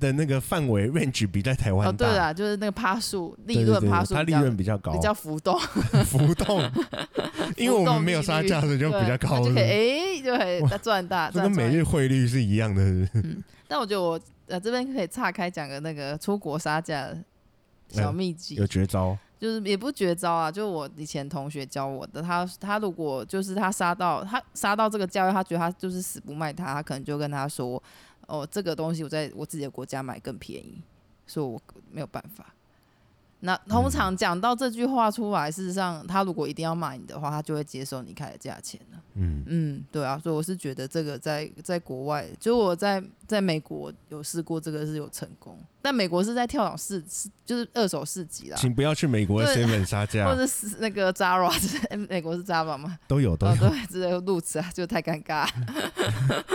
Speaker 1: 的那个范围 range 比在台
Speaker 2: 哦
Speaker 1: 湾大。
Speaker 2: 对啦，就是那个趴数
Speaker 1: 对
Speaker 2: 利
Speaker 1: 对
Speaker 2: 润
Speaker 1: 对
Speaker 2: 趴数
Speaker 1: 他利
Speaker 2: 比较
Speaker 1: 润比较高，
Speaker 2: 比 较浮动，
Speaker 1: 浮动， 因为我们没有杀价，所以就比较高
Speaker 2: 对就
Speaker 1: 了。
Speaker 2: 可以哎，就可
Speaker 1: 哇
Speaker 2: 以赚大，
Speaker 1: 这
Speaker 2: 赚
Speaker 1: 跟每
Speaker 2: 赚
Speaker 1: 日汇率是一样的，是不是
Speaker 2: 但我觉得我呃这边可以岔开讲个那个出国杀价的小秘籍，
Speaker 1: 哎有绝招。
Speaker 2: 就是也不绝招啊，就我以前同学教我的。他他如果就是他杀到他杀到这个价位，他觉得他就是死不卖他，他可能就跟他说：“哦，这个东西我在我自己的国家买更便宜，所以我没有办法。”那通常讲到这句话出来，事实上他如果一定要买你的话，他就会接受你开的价钱了。
Speaker 1: 嗯，
Speaker 2: 嗯，对啊，所以我是觉得这个在在国外，就我在在美国有试过，这个是有成功，但美国是在跳蚤市，市就是二手市集啦，
Speaker 1: 请不要去美国的 seven 杀
Speaker 2: 啊或
Speaker 1: 价，
Speaker 2: 者是那个 Zara，之类美国是 Zara 吗？
Speaker 1: 都有都
Speaker 2: 哦，
Speaker 1: 有。
Speaker 2: 对，之类的路子啊，就太尴尬。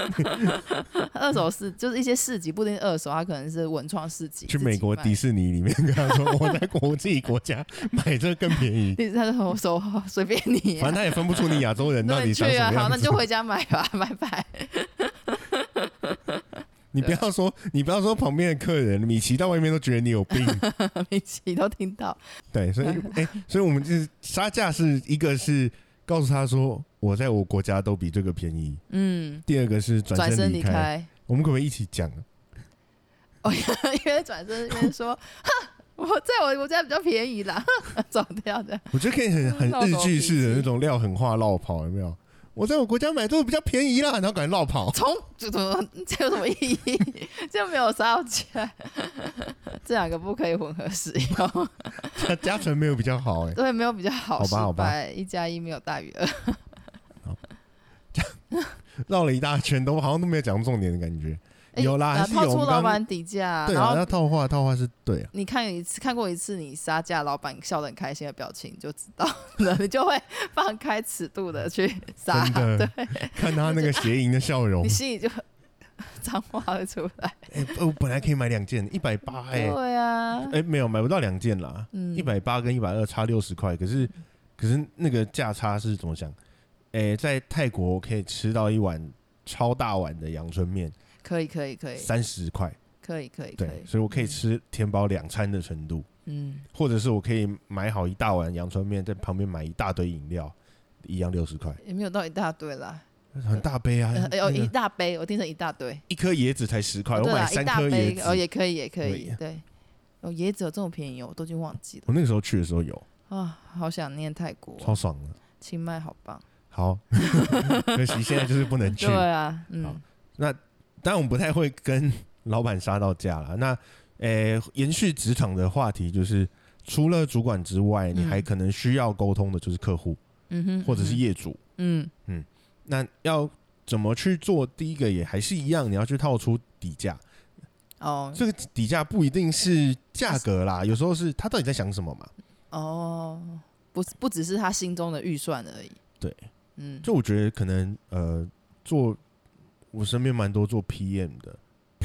Speaker 2: 二手市就是一些市集，不一定是二手，它可能是文创市集。
Speaker 1: 去美国迪
Speaker 2: 底，
Speaker 1: 士尼里面跟他 说，我在国自己国家买这更便宜，
Speaker 2: 你他就说我手随便你、
Speaker 1: 反
Speaker 2: 啊
Speaker 1: 正，他也分不 出你亚洲人到
Speaker 2: 那
Speaker 1: 底
Speaker 2: 你去
Speaker 1: 长什
Speaker 2: 啊，
Speaker 1: 么
Speaker 2: 好，那
Speaker 1: 样
Speaker 2: 你
Speaker 1: 子
Speaker 2: 就。回家买吧，拜拜。
Speaker 1: 你不要说，你不要说旁边的客人，米奇到外面都觉得你有 病。
Speaker 2: 米奇都听到，
Speaker 1: 对，所以哎，所以我们就是杀价是一个是告诉他说我在我国家都比这个便宜，
Speaker 2: 嗯，
Speaker 1: 第二个是转
Speaker 2: 转
Speaker 1: 身
Speaker 2: 身
Speaker 1: 离
Speaker 2: 离
Speaker 1: 开。
Speaker 2: 开。
Speaker 1: 我们可不可以一起讲啊？
Speaker 2: 哦，因为转身边说， 哼，我在我国家比较便宜啦， 哼走掉的。
Speaker 1: 我觉得可以很 很
Speaker 2: 绕
Speaker 1: 日
Speaker 2: 口
Speaker 1: 剧
Speaker 2: 脾
Speaker 1: 式的
Speaker 2: 气。
Speaker 1: 那种撂狠话绕跑，有没有？我在我国家买都比较便宜啦，然后赶紧绕跑
Speaker 2: 从这怎么这有什么意义？这没有杀价， 这两个不可以混合使 用。
Speaker 1: 加成没有比较好哎、
Speaker 2: 对，没有比较好，
Speaker 1: 好吧好吧
Speaker 2: 失败一加一没有大于二。
Speaker 1: 绕了一大圈都好像都没有讲重点的感觉。
Speaker 2: 哎
Speaker 1: 有啦
Speaker 2: 啊
Speaker 1: 还是
Speaker 2: 套
Speaker 1: 有我
Speaker 2: 出
Speaker 1: 们
Speaker 2: 老
Speaker 1: 刚
Speaker 2: 板底价，
Speaker 1: 对
Speaker 2: 然
Speaker 1: 啊，
Speaker 2: 后
Speaker 1: 那套话套话是对 啊，
Speaker 2: 你看有一次看过一次你杀价，老板笑得很开心的表情，就知道了， 你就会放开尺度的去杀
Speaker 1: 真。
Speaker 2: 对
Speaker 1: 的，看他那个邪淫的笑容
Speaker 2: 你，心里就脏话会出来。
Speaker 1: 哎、我本来可以买两件，一百八哎，
Speaker 2: 对啊，
Speaker 1: 哎、没有买不到两件啦，
Speaker 2: 嗯
Speaker 1: 一百八跟一百二差六十块，可是可是那个价差是怎么讲？哎、在泰国我可以吃到一碗超大碗的阳春面，
Speaker 2: 可以可以可以
Speaker 1: 三十块，
Speaker 2: 可以可以可
Speaker 1: 对
Speaker 2: 以，，
Speaker 1: 所以我可以吃填饱两餐的程度，
Speaker 2: 嗯，
Speaker 1: 或者是我可以买好一大碗阳春面，在旁边买一大堆饮料，一样六十块，
Speaker 2: 也没有到一大堆啦，
Speaker 1: 很大杯啊
Speaker 2: 呃，
Speaker 1: 那
Speaker 2: 有一
Speaker 1: 个
Speaker 2: 大杯，我听成一大堆。
Speaker 1: 一颗椰子才十块，
Speaker 2: 哦
Speaker 1: 哎我
Speaker 2: 对
Speaker 1: 买
Speaker 2: 啦，一
Speaker 1: 三
Speaker 2: 大
Speaker 1: 颗椰
Speaker 2: 杯
Speaker 1: 子
Speaker 2: 哦，，也可以也可
Speaker 1: 对
Speaker 2: 以，对。哦，椰子有这么便宜哦，我都已经忘记了
Speaker 1: 我那个时候去的时候有，
Speaker 2: 啊，好想念泰国哦，
Speaker 1: 超爽的。
Speaker 2: 清迈好棒。
Speaker 1: 好，可惜现在就是不能去
Speaker 2: 对。啊，
Speaker 1: 好
Speaker 2: 嗯，
Speaker 1: 但我们不太会跟老板杀到价了。那，呃、延续职场的话题，就是除了主管之外，你
Speaker 2: 嗯
Speaker 1: 还可能需要沟通的就是客户、
Speaker 2: 嗯哼，
Speaker 1: 或者是
Speaker 2: 嗯哼
Speaker 1: 业主。
Speaker 2: 嗯
Speaker 1: 那要怎么去做？第一个也还是一样，你要去套出底价。
Speaker 2: 哦
Speaker 1: 这个底价不一定是价格啦，有时候是他到底在想什么嘛。
Speaker 2: 哦，不是不只是他心中的预算而已。
Speaker 1: 对，
Speaker 2: 嗯，
Speaker 1: 就我觉得可能呃，做我身边蛮多做 PM 的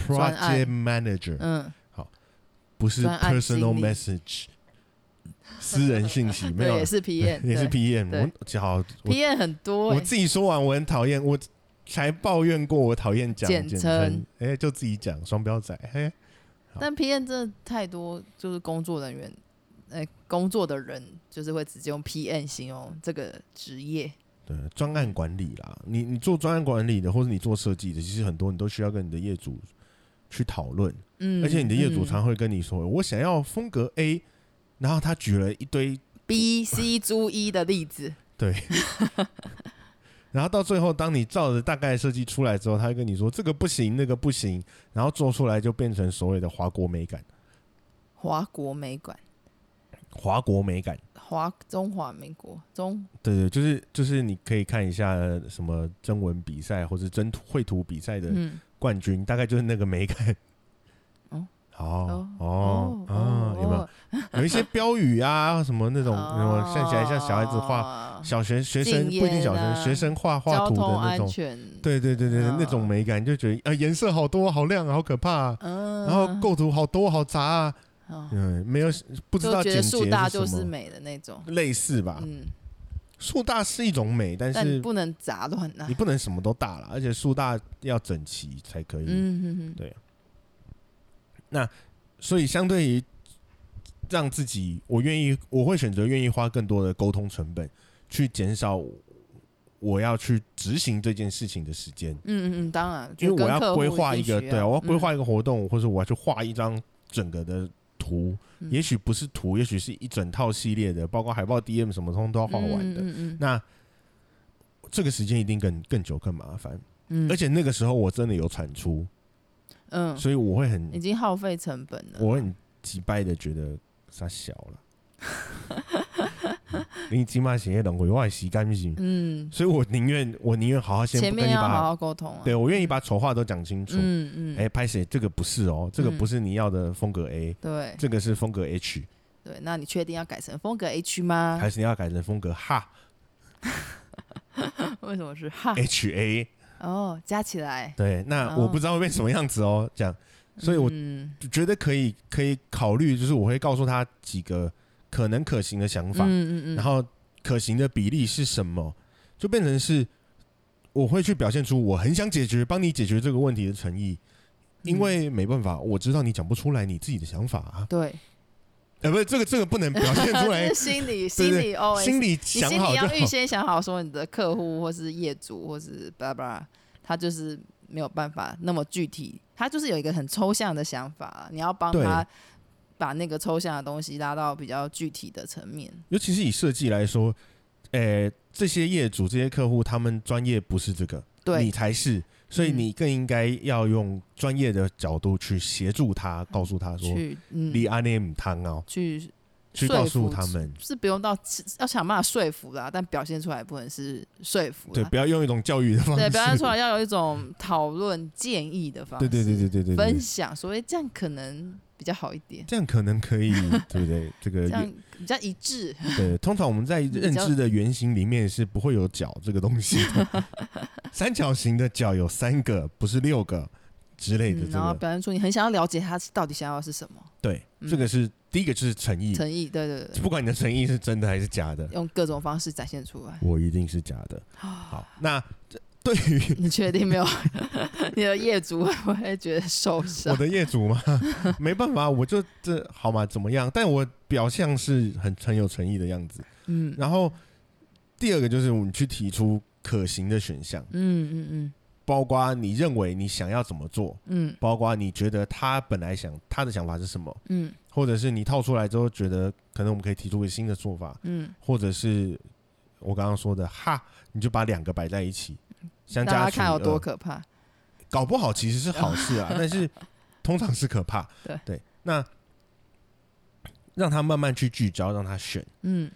Speaker 2: 专
Speaker 1: project
Speaker 2: 案
Speaker 1: manager，、
Speaker 2: 嗯，
Speaker 1: 不是
Speaker 2: 专案经
Speaker 1: personal
Speaker 2: 理
Speaker 1: message，私人信息没
Speaker 2: 对，
Speaker 1: 有
Speaker 2: 也
Speaker 1: 啦，
Speaker 2: 是 PM，
Speaker 1: 也是
Speaker 2: 对
Speaker 1: PM
Speaker 2: 对
Speaker 1: 我。好，我
Speaker 2: PM 很多
Speaker 1: 我
Speaker 2: 欸，
Speaker 1: 自己说完，我很讨厌，我才抱怨过，我讨厌讲
Speaker 2: 简
Speaker 1: 简称
Speaker 2: 称，
Speaker 1: 哎、就自己讲双标仔，嘿、好
Speaker 2: 但 PM 真的太多，就是工作人员，呃，工作的人就是会直接用 PM 形容这个职业。
Speaker 1: 对，专案管理啦，你你做专案管理的，或者你做设计的，其实很多你都需要跟你的业主去讨论，
Speaker 2: 嗯，
Speaker 1: 而且你的业主
Speaker 2: 嗯
Speaker 1: 常会跟你说，我想要风格 A，然后他举了一堆，
Speaker 2: B、C 猪一的例子，
Speaker 1: 然后到最后，当你照着大概的设计出来之后，他会跟你说这个不行，那个不行，然后做出来就变成所谓的华国美感，
Speaker 2: 华国美馆，
Speaker 1: 华国美感，
Speaker 2: 华中华民国中，
Speaker 1: 对对，就是就是你可以看一下呃什么征文比赛或是真图绘图比赛的
Speaker 2: 嗯，
Speaker 1: 冠军，大概就是那个美感。
Speaker 2: 哦
Speaker 1: 哦哦
Speaker 2: 哦
Speaker 1: 哦，有没有？有一些标语啊，什么那种
Speaker 2: 哦
Speaker 1: 什么看起来像小孩子画，
Speaker 2: 画
Speaker 1: 小学学生不
Speaker 2: 禁
Speaker 1: 一定小
Speaker 2: 烟啊
Speaker 1: 学学生画画
Speaker 2: 哦交
Speaker 1: 图的
Speaker 2: 通
Speaker 1: 那
Speaker 2: 安
Speaker 1: 种，
Speaker 2: 全，，
Speaker 1: 对对对对对，
Speaker 2: 嗯
Speaker 1: 那种美感就觉得啊颜色好多好亮好可怕啊，
Speaker 2: 嗯，
Speaker 1: 然后构图好多好杂啊，
Speaker 2: 哦，
Speaker 1: 嗯，没有不知
Speaker 2: 就
Speaker 1: 道
Speaker 2: 觉
Speaker 1: 简洁
Speaker 2: 得树大就是是
Speaker 1: 什么，
Speaker 2: 美的那种，
Speaker 1: 类似吧，
Speaker 2: 嗯，
Speaker 1: 树大是一种美，但
Speaker 2: 但你
Speaker 1: 是
Speaker 2: 不能杂乱啊呐
Speaker 1: 你，不能什么都大了，而且树大要整齐才可以，
Speaker 2: 嗯哼哼，
Speaker 1: 所以相对于让自己，我愿意，我会选择愿意花更多的沟通成本，去减少我要去执行这件事情的时间，
Speaker 2: 嗯嗯嗯，当然，
Speaker 1: 因为
Speaker 2: 就
Speaker 1: 我
Speaker 2: 跟客
Speaker 1: 要
Speaker 2: 户
Speaker 1: 规划一个，
Speaker 2: 定需
Speaker 1: 对啊，我要规
Speaker 2: 嗯
Speaker 1: 划一个活动，或者我要去画一张整个的图，
Speaker 2: 嗯
Speaker 1: 也许不是图，也许是一整套系列的，包括海报、DM 什么通通都要画完的。
Speaker 2: 嗯嗯
Speaker 1: 那这个时间一定更更久、更麻烦，
Speaker 2: 嗯，嗯
Speaker 1: 而且那个时候我真的有产出，
Speaker 2: 嗯，
Speaker 1: 所以我会很
Speaker 2: 已经耗费成本了，
Speaker 1: 我很击败的觉得傻小了。你起码写两回，我的时间不行，
Speaker 2: 嗯，
Speaker 1: 所以我宁愿我宁愿好好先
Speaker 2: 前
Speaker 1: 跟
Speaker 2: 面
Speaker 1: 你
Speaker 2: 要好
Speaker 1: 把，
Speaker 2: 好沟通啊，
Speaker 1: 对我愿意把丑话都讲清楚。
Speaker 2: 嗯嗯，
Speaker 1: 哎，拍谁？这个不是哦，这个
Speaker 2: 嗯
Speaker 1: 不是你要的风格 A，
Speaker 2: 对
Speaker 1: 这个是风格 H，
Speaker 2: 对，那你确定要改成风格 H 吗？
Speaker 1: 还是你要改成风格哈
Speaker 2: 为什么是哈？
Speaker 1: H A？
Speaker 2: 哦，加起来，
Speaker 1: 对，那
Speaker 2: 哦
Speaker 1: 我不知道会变什么样子哦，这样，所以我
Speaker 2: 嗯
Speaker 1: 觉得可以可以考虑，就是我会告诉他几个可能可行的想法，
Speaker 2: 嗯嗯嗯，
Speaker 1: 然后可行的比例是什么，就变成是我会去表现出我很想解决、帮你解决这个问题的诚意，
Speaker 2: 嗯
Speaker 1: 因为没办法，我知道你讲不出来你自己的想法啊，
Speaker 2: 对，
Speaker 1: 呃，不是这个这个不能表现 出来
Speaker 2: 这是， 心理
Speaker 1: 对
Speaker 2: 心
Speaker 1: 对
Speaker 2: 理 OS，
Speaker 1: 心里
Speaker 2: 你
Speaker 1: 想
Speaker 2: 心
Speaker 1: 好
Speaker 2: 里
Speaker 1: 就
Speaker 2: 要
Speaker 1: 好
Speaker 2: 预。先想好，说你的客户或是业主或是巴拉巴拉，他就是没有办法那么具体，他就是有一个很抽象的想法，你要帮
Speaker 1: 对
Speaker 2: 他把那个抽象的东西拉到比较具体的层面。
Speaker 1: 尤其是以设计来说，呃，这些业主、这些客户，他们专业不是这个，
Speaker 2: 对嗯
Speaker 1: 你才是，所以你更应该要用专业的角度去协助他，告诉他说
Speaker 2: 去嗯
Speaker 1: 你阿内姆汤哦，
Speaker 2: 去
Speaker 1: 去
Speaker 2: 说
Speaker 1: 告诉
Speaker 2: 服
Speaker 1: 他们，
Speaker 2: 是不用到要想办法说服啦，但表现出来不能是说服
Speaker 1: 对，
Speaker 2: 啦，
Speaker 1: 不要用一种教 育的方式，
Speaker 2: 对，表现出来要有一种讨论建议的方
Speaker 1: 对
Speaker 2: 式，
Speaker 1: 对对对对对对
Speaker 2: 分
Speaker 1: 对，
Speaker 2: 享，所以这样可能比较好一点，
Speaker 1: 这样可能可以，对不对？这个
Speaker 2: 这样比较一致，
Speaker 1: 对，通常我们在认知的原型里面是不会有角这个东西 的。三角形的角有三个，不是六个之类的。
Speaker 2: 嗯
Speaker 1: 这
Speaker 2: 然后
Speaker 1: 个、
Speaker 2: 表现出你很想要了解他到底想要的是什么，
Speaker 1: 对，
Speaker 2: 嗯
Speaker 1: 这个是第一个就是诚意，
Speaker 2: 诚意，对 对对，
Speaker 1: 不管你的诚意是真的还是假的，
Speaker 2: 用各种方式展现出来。
Speaker 1: 我一定是假的。好，那这对于
Speaker 2: 你确定没有？ 你的业主会不会觉得受
Speaker 1: 我
Speaker 2: 伤？
Speaker 1: 的业主 嘛，没办法，我就这好嘛，怎么样？但我表象是很很有诚意的样子。
Speaker 2: 嗯
Speaker 1: 然后第二个就是我们去提出可行的选项，
Speaker 2: 嗯嗯
Speaker 1: 包括你认为你想要怎么做。
Speaker 2: 嗯
Speaker 1: 包括你觉得他本来想他的想法是什么，
Speaker 2: 嗯
Speaker 1: 或者是你套出来之后觉得可能我们可以提出个新的做法，
Speaker 2: 嗯
Speaker 1: 或者是我刚刚说的哈，你就把两个摆在一起，相
Speaker 2: 嗯，
Speaker 1: 加
Speaker 2: 大家
Speaker 1: 除以
Speaker 2: 看有多
Speaker 1: 二，
Speaker 2: 可怕。
Speaker 1: 搞不好其实是好事 啊，但是通常是可怕。
Speaker 2: 对
Speaker 1: 那让他慢慢去聚焦，让他选。
Speaker 2: 嗯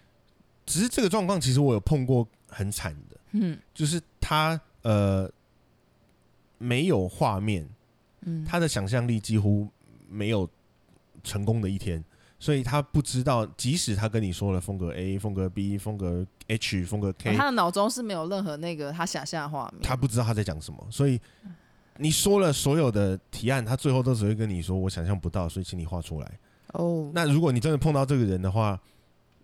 Speaker 1: 只是这个状况，其实我有碰过很惨的，
Speaker 2: 嗯
Speaker 1: 就是他呃没有画面，
Speaker 2: 嗯，
Speaker 1: 他的想象力几乎没有成功的一天，所以他不知道，即使他跟你说了风格 A、风格 B、风格 H、风格 K，
Speaker 2: 哦他的脑中是没有任何那个他想象的画面。
Speaker 1: 他不知道他在讲什
Speaker 2: 嗯
Speaker 1: 么，所以你说了所有的提案，他最后都只会跟你说我想象不到，所以请你画出来。
Speaker 2: 哦，
Speaker 1: 那如果你真的碰到这个人的话，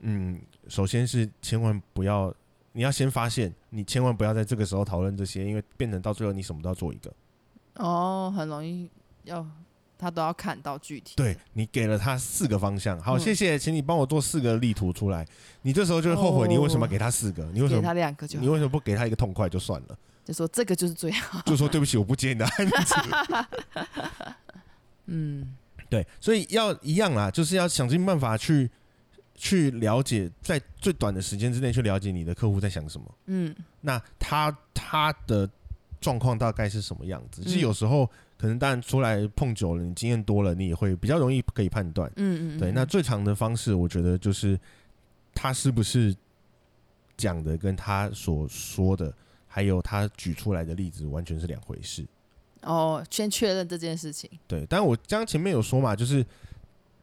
Speaker 1: 嗯，首先是千万不要，你要先发现，你千万不要在这个时候讨论这些，因为变成到最后你什么都要做一个。
Speaker 2: 哦，很容易要他都要看到具体。
Speaker 1: 对你给了他四个方向，好，
Speaker 2: 嗯
Speaker 1: 谢谢，请你帮我做四个例图出来。你这时候就会后悔，
Speaker 2: 哦
Speaker 1: 你为什么要给他四个？你为什
Speaker 2: 嗯给
Speaker 1: 么
Speaker 2: 他两个就
Speaker 1: 你
Speaker 2: 好，
Speaker 1: 为什么不给他一个痛快就算 了？
Speaker 2: 就说这个就是最好。
Speaker 1: 就说对不起，我不接你的案子。
Speaker 2: 嗯
Speaker 1: 对，所以要一样啦，就是要想尽办法去去了解，在最短的时间之内去了解你的客户在想什么，
Speaker 2: 嗯
Speaker 1: 那他他的状况大概是什么样子？其实
Speaker 2: 嗯
Speaker 1: 有时候可能当然出来碰久了，你经验多了，你也会比较容易可以判断。
Speaker 2: 嗯嗯，
Speaker 1: 对，
Speaker 2: 嗯
Speaker 1: 那最长的方式，我觉得就是他是不是讲的跟他所说的，还有他举出来的例子完全是两回事。
Speaker 2: 哦，先确认这件事情。
Speaker 1: 对，但我刚刚前面有说嘛，就是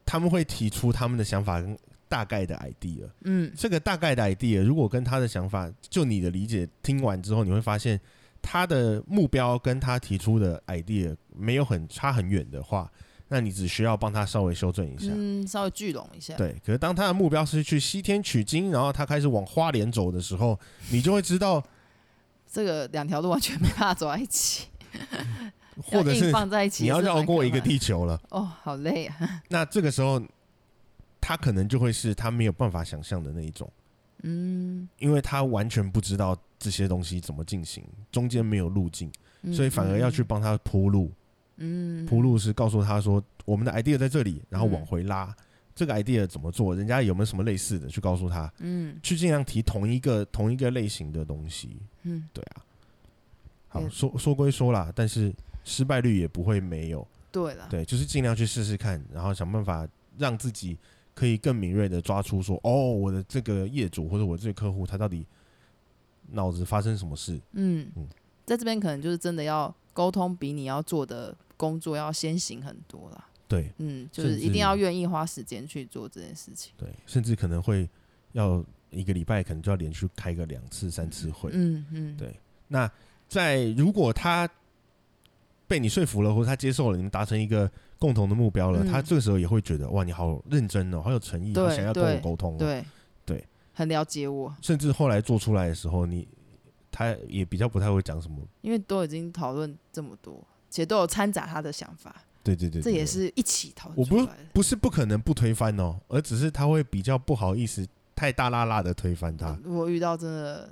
Speaker 1: 他们会提出他们的想法跟大概的 idea，
Speaker 2: 嗯
Speaker 1: 这个大概的 idea 如果跟他的想法，就你的理解，听完之后你会发现。他的目标跟他提出的 idea 没有很差很远的话，那你只需要帮他稍微修正一下。
Speaker 2: 嗯，稍微聚拢一下。
Speaker 1: 对，可是当他的目标是去西天取经，然后他开始往花莲走的时候，你就会知道，
Speaker 2: 这个两条路完全没办法走在一起，
Speaker 1: 或者
Speaker 2: 要硬
Speaker 1: 是
Speaker 2: 放在一起，
Speaker 1: 你要绕过一个
Speaker 2: 地。
Speaker 1: 地球了。
Speaker 2: 哦，好累啊。
Speaker 1: 那这个时候，他可能就会是他没有办法想象的那一种，
Speaker 2: 嗯，
Speaker 1: 因为他完全不知道这些东西怎么进行，中间没有路径，
Speaker 2: 嗯
Speaker 1: 所以反而要去帮他铺路。
Speaker 2: 嗯
Speaker 1: 铺路是告诉他说，我们的 idea 在这里，然后
Speaker 2: 嗯
Speaker 1: 往回拉。这个 idea 怎么做？人家有没有什么类似的？去告诉他，
Speaker 2: 嗯
Speaker 1: 去尽量提同一个同一个类型的东西。
Speaker 2: 嗯，
Speaker 1: 对啊，好
Speaker 2: 对
Speaker 1: 说说归说啦，但是失败率也不会没有。
Speaker 2: 对了，
Speaker 1: 对，就是尽量去试试看，然后想办法让自己可以更敏锐的抓出说，哦，我的这个业主或者我这个客户他到底脑子发生什么事？
Speaker 2: 嗯
Speaker 1: 嗯
Speaker 2: 在这边可能就是真的要沟通，比你要做的工作要先行很多啦。
Speaker 1: 对
Speaker 2: 嗯，就
Speaker 1: 甚
Speaker 2: 是一
Speaker 1: 至
Speaker 2: 定要愿意花时间去做这件事情。
Speaker 1: 对，甚至可能会要一个礼拜，可能就要连续开个两次、三次会。
Speaker 2: 嗯嗯，
Speaker 1: 对那在如果他被你说服了，或者他接受了，你们达成一个共同的目标了，
Speaker 2: 嗯
Speaker 1: 他这个时候也会觉得哇，你好认真哦，好有诚意，好
Speaker 2: 对
Speaker 1: 想要跟我
Speaker 2: 对
Speaker 1: 沟通、哦。
Speaker 2: 对
Speaker 1: 对，
Speaker 2: 很了解我，
Speaker 1: 甚至后来做出来的时候，你他也比较不太会讲什么。
Speaker 2: 因为都已经讨论这么多，且都有掺杂他的想法，
Speaker 1: 对对对
Speaker 2: 这
Speaker 1: 对
Speaker 2: 也
Speaker 1: 对
Speaker 2: 是一起讨
Speaker 1: 我
Speaker 2: 论
Speaker 1: 不
Speaker 2: 出来的。
Speaker 1: 不是不可能不推翻哦，而只是他会比较不好意思，太大辣辣的推翻他。
Speaker 2: 我遇到真的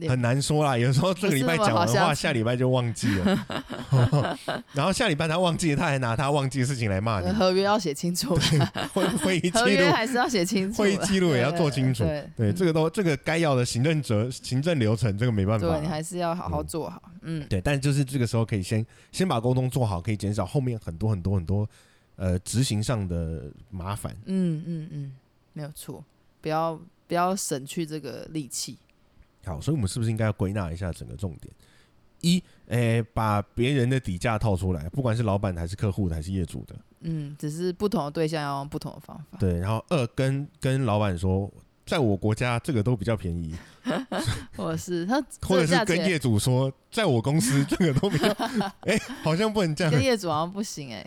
Speaker 2: 也
Speaker 1: 很难说啦。有时候这个礼拜讲完
Speaker 2: 不是那么好
Speaker 1: 话，
Speaker 2: 下次
Speaker 1: 下礼拜就忘记 了，然后下礼拜他忘记了，他还拿他忘记的事情来骂 你
Speaker 2: 呃。合约要写清楚，
Speaker 1: 会会议
Speaker 2: 合
Speaker 1: 记
Speaker 2: 约
Speaker 1: 录，
Speaker 2: 还是要写清楚啦，
Speaker 1: 会议记录也要做清楚。
Speaker 2: 对
Speaker 1: 对，这个都这个该要的行政责行政流程，这个没办法
Speaker 2: 对你
Speaker 1: 啦。
Speaker 2: 还是要好好做好，嗯，
Speaker 1: 对，但就是这个时候可以先先把沟通做好，可以减少后面很多很多很多呃执行上的麻烦。
Speaker 2: 嗯嗯嗯，没有错，不要不要省去这个力气。
Speaker 1: 好，所以我们是不是应该要归纳一下整个重点？一，诶、把别人的底价套出来，不管是老板的还是客户的还是业主的，
Speaker 2: 嗯，只是不同的对象要用不同的方法。
Speaker 1: 对。然后二，跟跟老板说，在我国家这个都比较便 宜，
Speaker 2: 或者是他这
Speaker 1: 或者
Speaker 2: 个
Speaker 1: 是
Speaker 2: 价
Speaker 1: 跟
Speaker 2: 钱
Speaker 1: 业主说，在我公司这个都比 较，哎、好像不能 这样
Speaker 2: 跟，业主好像不行哎、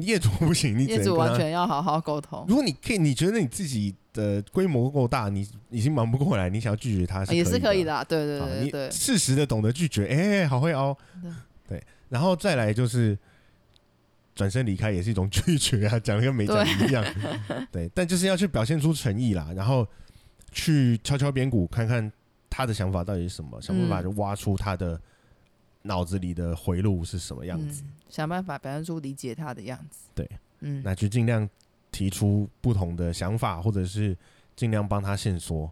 Speaker 1: 业主不 行，你只
Speaker 2: 业
Speaker 1: 能
Speaker 2: 主
Speaker 1: 跟
Speaker 2: 完
Speaker 1: 他
Speaker 2: 全要好好沟通，
Speaker 1: 如果你可以，你觉得你自己的规模够大，你已经忙不过来，你想要拒绝他
Speaker 2: 也是可以
Speaker 1: 的。
Speaker 2: 的啊，对对
Speaker 1: 好
Speaker 2: 对对对嗯
Speaker 1: 你，适时的懂得拒绝，哎、好会凹
Speaker 2: 对。
Speaker 1: 对，然后再来就是转身离开，也是一种拒绝啊，讲的跟没讲一 样。对，但就是要去表现出诚意啦，然后去敲敲边鼓，看看他的想法到底是什么，想办法
Speaker 2: 嗯
Speaker 1: 就挖出他的脑子里的回路是什么样子。
Speaker 2: 嗯，想办法表现出理解他的样子。
Speaker 1: 对，
Speaker 2: 嗯，
Speaker 1: 那就尽量提出不同的想法，或者是尽量帮他线索。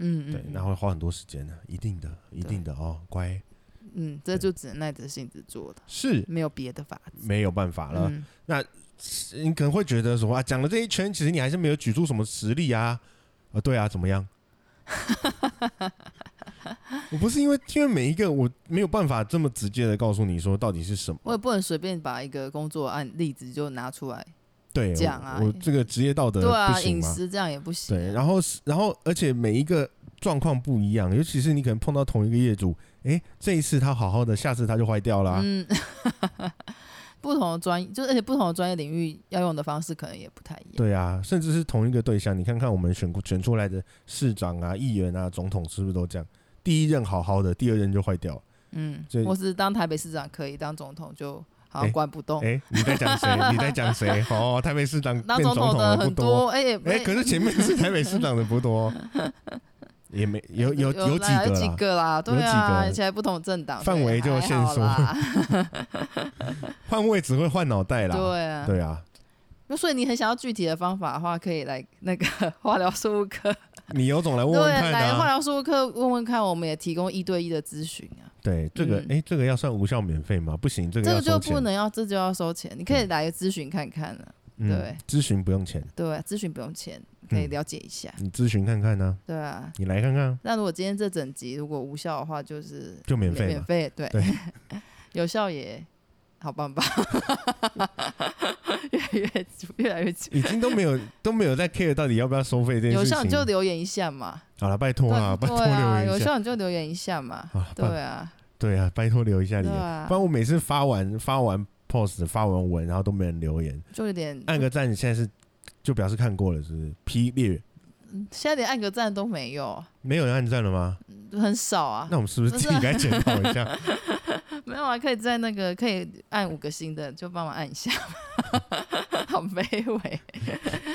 Speaker 2: 嗯
Speaker 1: 对
Speaker 2: 嗯，，
Speaker 1: 那
Speaker 2: 嗯
Speaker 1: 会花很多时间的，一定的，一定的哦，乖，
Speaker 2: 嗯，这就只能耐着性子做了，
Speaker 1: 是
Speaker 2: 没有别的法子。
Speaker 1: 没有办法了。
Speaker 2: 嗯，
Speaker 1: 你可能会觉得说啊，讲了这一圈，其实你还是没有举出什么实力啊，啊，对啊，怎么样？ 我不是因为因为每一个我没有办法这么直接的告诉你说到底是什么，
Speaker 2: 我也不能随便把一个工作案例子就拿出来，
Speaker 1: 对，我
Speaker 2: 讲啊
Speaker 1: 我这个职业道德
Speaker 2: 对
Speaker 1: 呃不
Speaker 2: 啊，
Speaker 1: 行
Speaker 2: 隐
Speaker 1: 吗？
Speaker 2: 私这样也不行啊。
Speaker 1: 对，然后是然后而且每一个状况不一样，尤其是你可能碰到同一个业主，哎，这一次他好好的，下次他就坏掉啦、啊
Speaker 2: 嗯，不同的专业，就是而且不同的专业领域要用的方式可能也不太一样。
Speaker 1: 对啊，甚至是同一个对象，你看看我们选过选出来的市长啊、议员啊、总统是不是都这样？第一任好好的，第二任就坏掉了。
Speaker 2: 嗯
Speaker 1: 所以，
Speaker 2: 或是当台北市长可以，当总统就好像
Speaker 1: 哎
Speaker 2: 管不动。
Speaker 1: 哎、你在讲谁？你在讲谁？哦，台北市长
Speaker 2: 哦当
Speaker 1: 变
Speaker 2: 总
Speaker 1: 总
Speaker 2: 统
Speaker 1: 的
Speaker 2: 的
Speaker 1: 不
Speaker 2: 很
Speaker 1: 多。
Speaker 2: 多，哎、也
Speaker 1: 哎、
Speaker 2: 没
Speaker 1: 可是前面是台北市长的不多，也没有有
Speaker 2: 有
Speaker 1: 有几
Speaker 2: 啦有
Speaker 1: 个
Speaker 2: 几
Speaker 1: 啦。
Speaker 2: 个啦，
Speaker 1: 有
Speaker 2: 对
Speaker 1: 几
Speaker 2: 啊，
Speaker 1: 个
Speaker 2: 而且还不同政党，
Speaker 1: 范
Speaker 2: 所以
Speaker 1: 围就
Speaker 2: 还
Speaker 1: 限
Speaker 2: 好
Speaker 1: 缩
Speaker 2: 啦
Speaker 1: 换位只会换脑袋啦。
Speaker 2: 对啊，
Speaker 1: 对啊，
Speaker 2: 那所以你很想要具体的方法的话，可以来那个 化疗事务科，
Speaker 1: 你有种来问问
Speaker 2: 对，
Speaker 1: 看
Speaker 2: 来化
Speaker 1: 啊。
Speaker 2: 疗事务科问问看，我们也提供一对一的咨询啊。
Speaker 1: 对，这个哎、
Speaker 2: 嗯
Speaker 1: 这个要算无效免费吗？不行，这个
Speaker 2: 这
Speaker 1: 要
Speaker 2: 个
Speaker 1: 收
Speaker 2: 就
Speaker 1: 钱。
Speaker 2: 不能要，这就要收钱。你可以来咨询看看啊，
Speaker 1: 嗯
Speaker 2: 对
Speaker 1: 咨询不用钱，
Speaker 2: 对啊，咨询不用钱，可以
Speaker 1: 嗯
Speaker 2: 了解一下，
Speaker 1: 你咨询看看呢、
Speaker 2: 对啊。
Speaker 1: 你来看看啊，
Speaker 2: 那如果今天这整集如果无效的话，就是
Speaker 1: 就免费
Speaker 2: 免
Speaker 1: 嘛。
Speaker 2: 费对，
Speaker 1: 对
Speaker 2: 有效也好棒棒， 越来越越来越久。
Speaker 1: 已经都没有 都没有在 care 到底要不要收费这件事
Speaker 2: 有
Speaker 1: 情。
Speaker 2: 效你就留言一下嘛，
Speaker 1: 好了，拜托啊，拜
Speaker 2: 对
Speaker 1: 托
Speaker 2: 对啊，
Speaker 1: 留
Speaker 2: 有
Speaker 1: 一下。
Speaker 2: 效你就留言一下嘛
Speaker 1: 好啦，
Speaker 2: 对啊，
Speaker 1: 对啊，拜托留一下
Speaker 2: 对
Speaker 1: 留言，
Speaker 2: 啊
Speaker 1: 不，然我每次发完发完 post 发完文，然后都没人留言，
Speaker 2: 就有点
Speaker 1: 按个赞，现在是就表示看过了，是不是？批略
Speaker 2: 现在连按个赞都没有，
Speaker 1: 没有人按赞了吗？
Speaker 2: 很少啊
Speaker 1: 那，我们是不是
Speaker 2: 不
Speaker 1: 自
Speaker 2: 是
Speaker 1: 己该检 讨一下？
Speaker 2: 没有啊，可以在那个可以按五个星的，就帮忙按 一下，好卑微。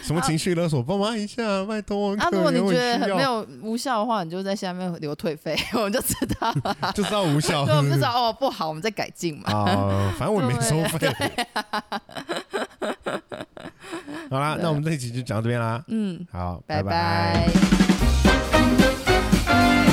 Speaker 1: 什么情绪勒索，帮忙一下，拜托。我很
Speaker 2: 啊，如果
Speaker 1: 可
Speaker 2: 你
Speaker 1: 怜我
Speaker 2: 觉得
Speaker 1: 需
Speaker 2: 很
Speaker 1: 要
Speaker 2: 没有无效的话，你就在下面留退费，我们就知道了。
Speaker 1: 就知道无效，
Speaker 2: 对，我们就知道哦，不好，我们再改进嘛。
Speaker 1: 啊，反正我也没收费。好啦，那我们这一集就讲到这边啦。
Speaker 2: 嗯，
Speaker 1: 好，
Speaker 2: 拜
Speaker 1: 拜
Speaker 2: 拜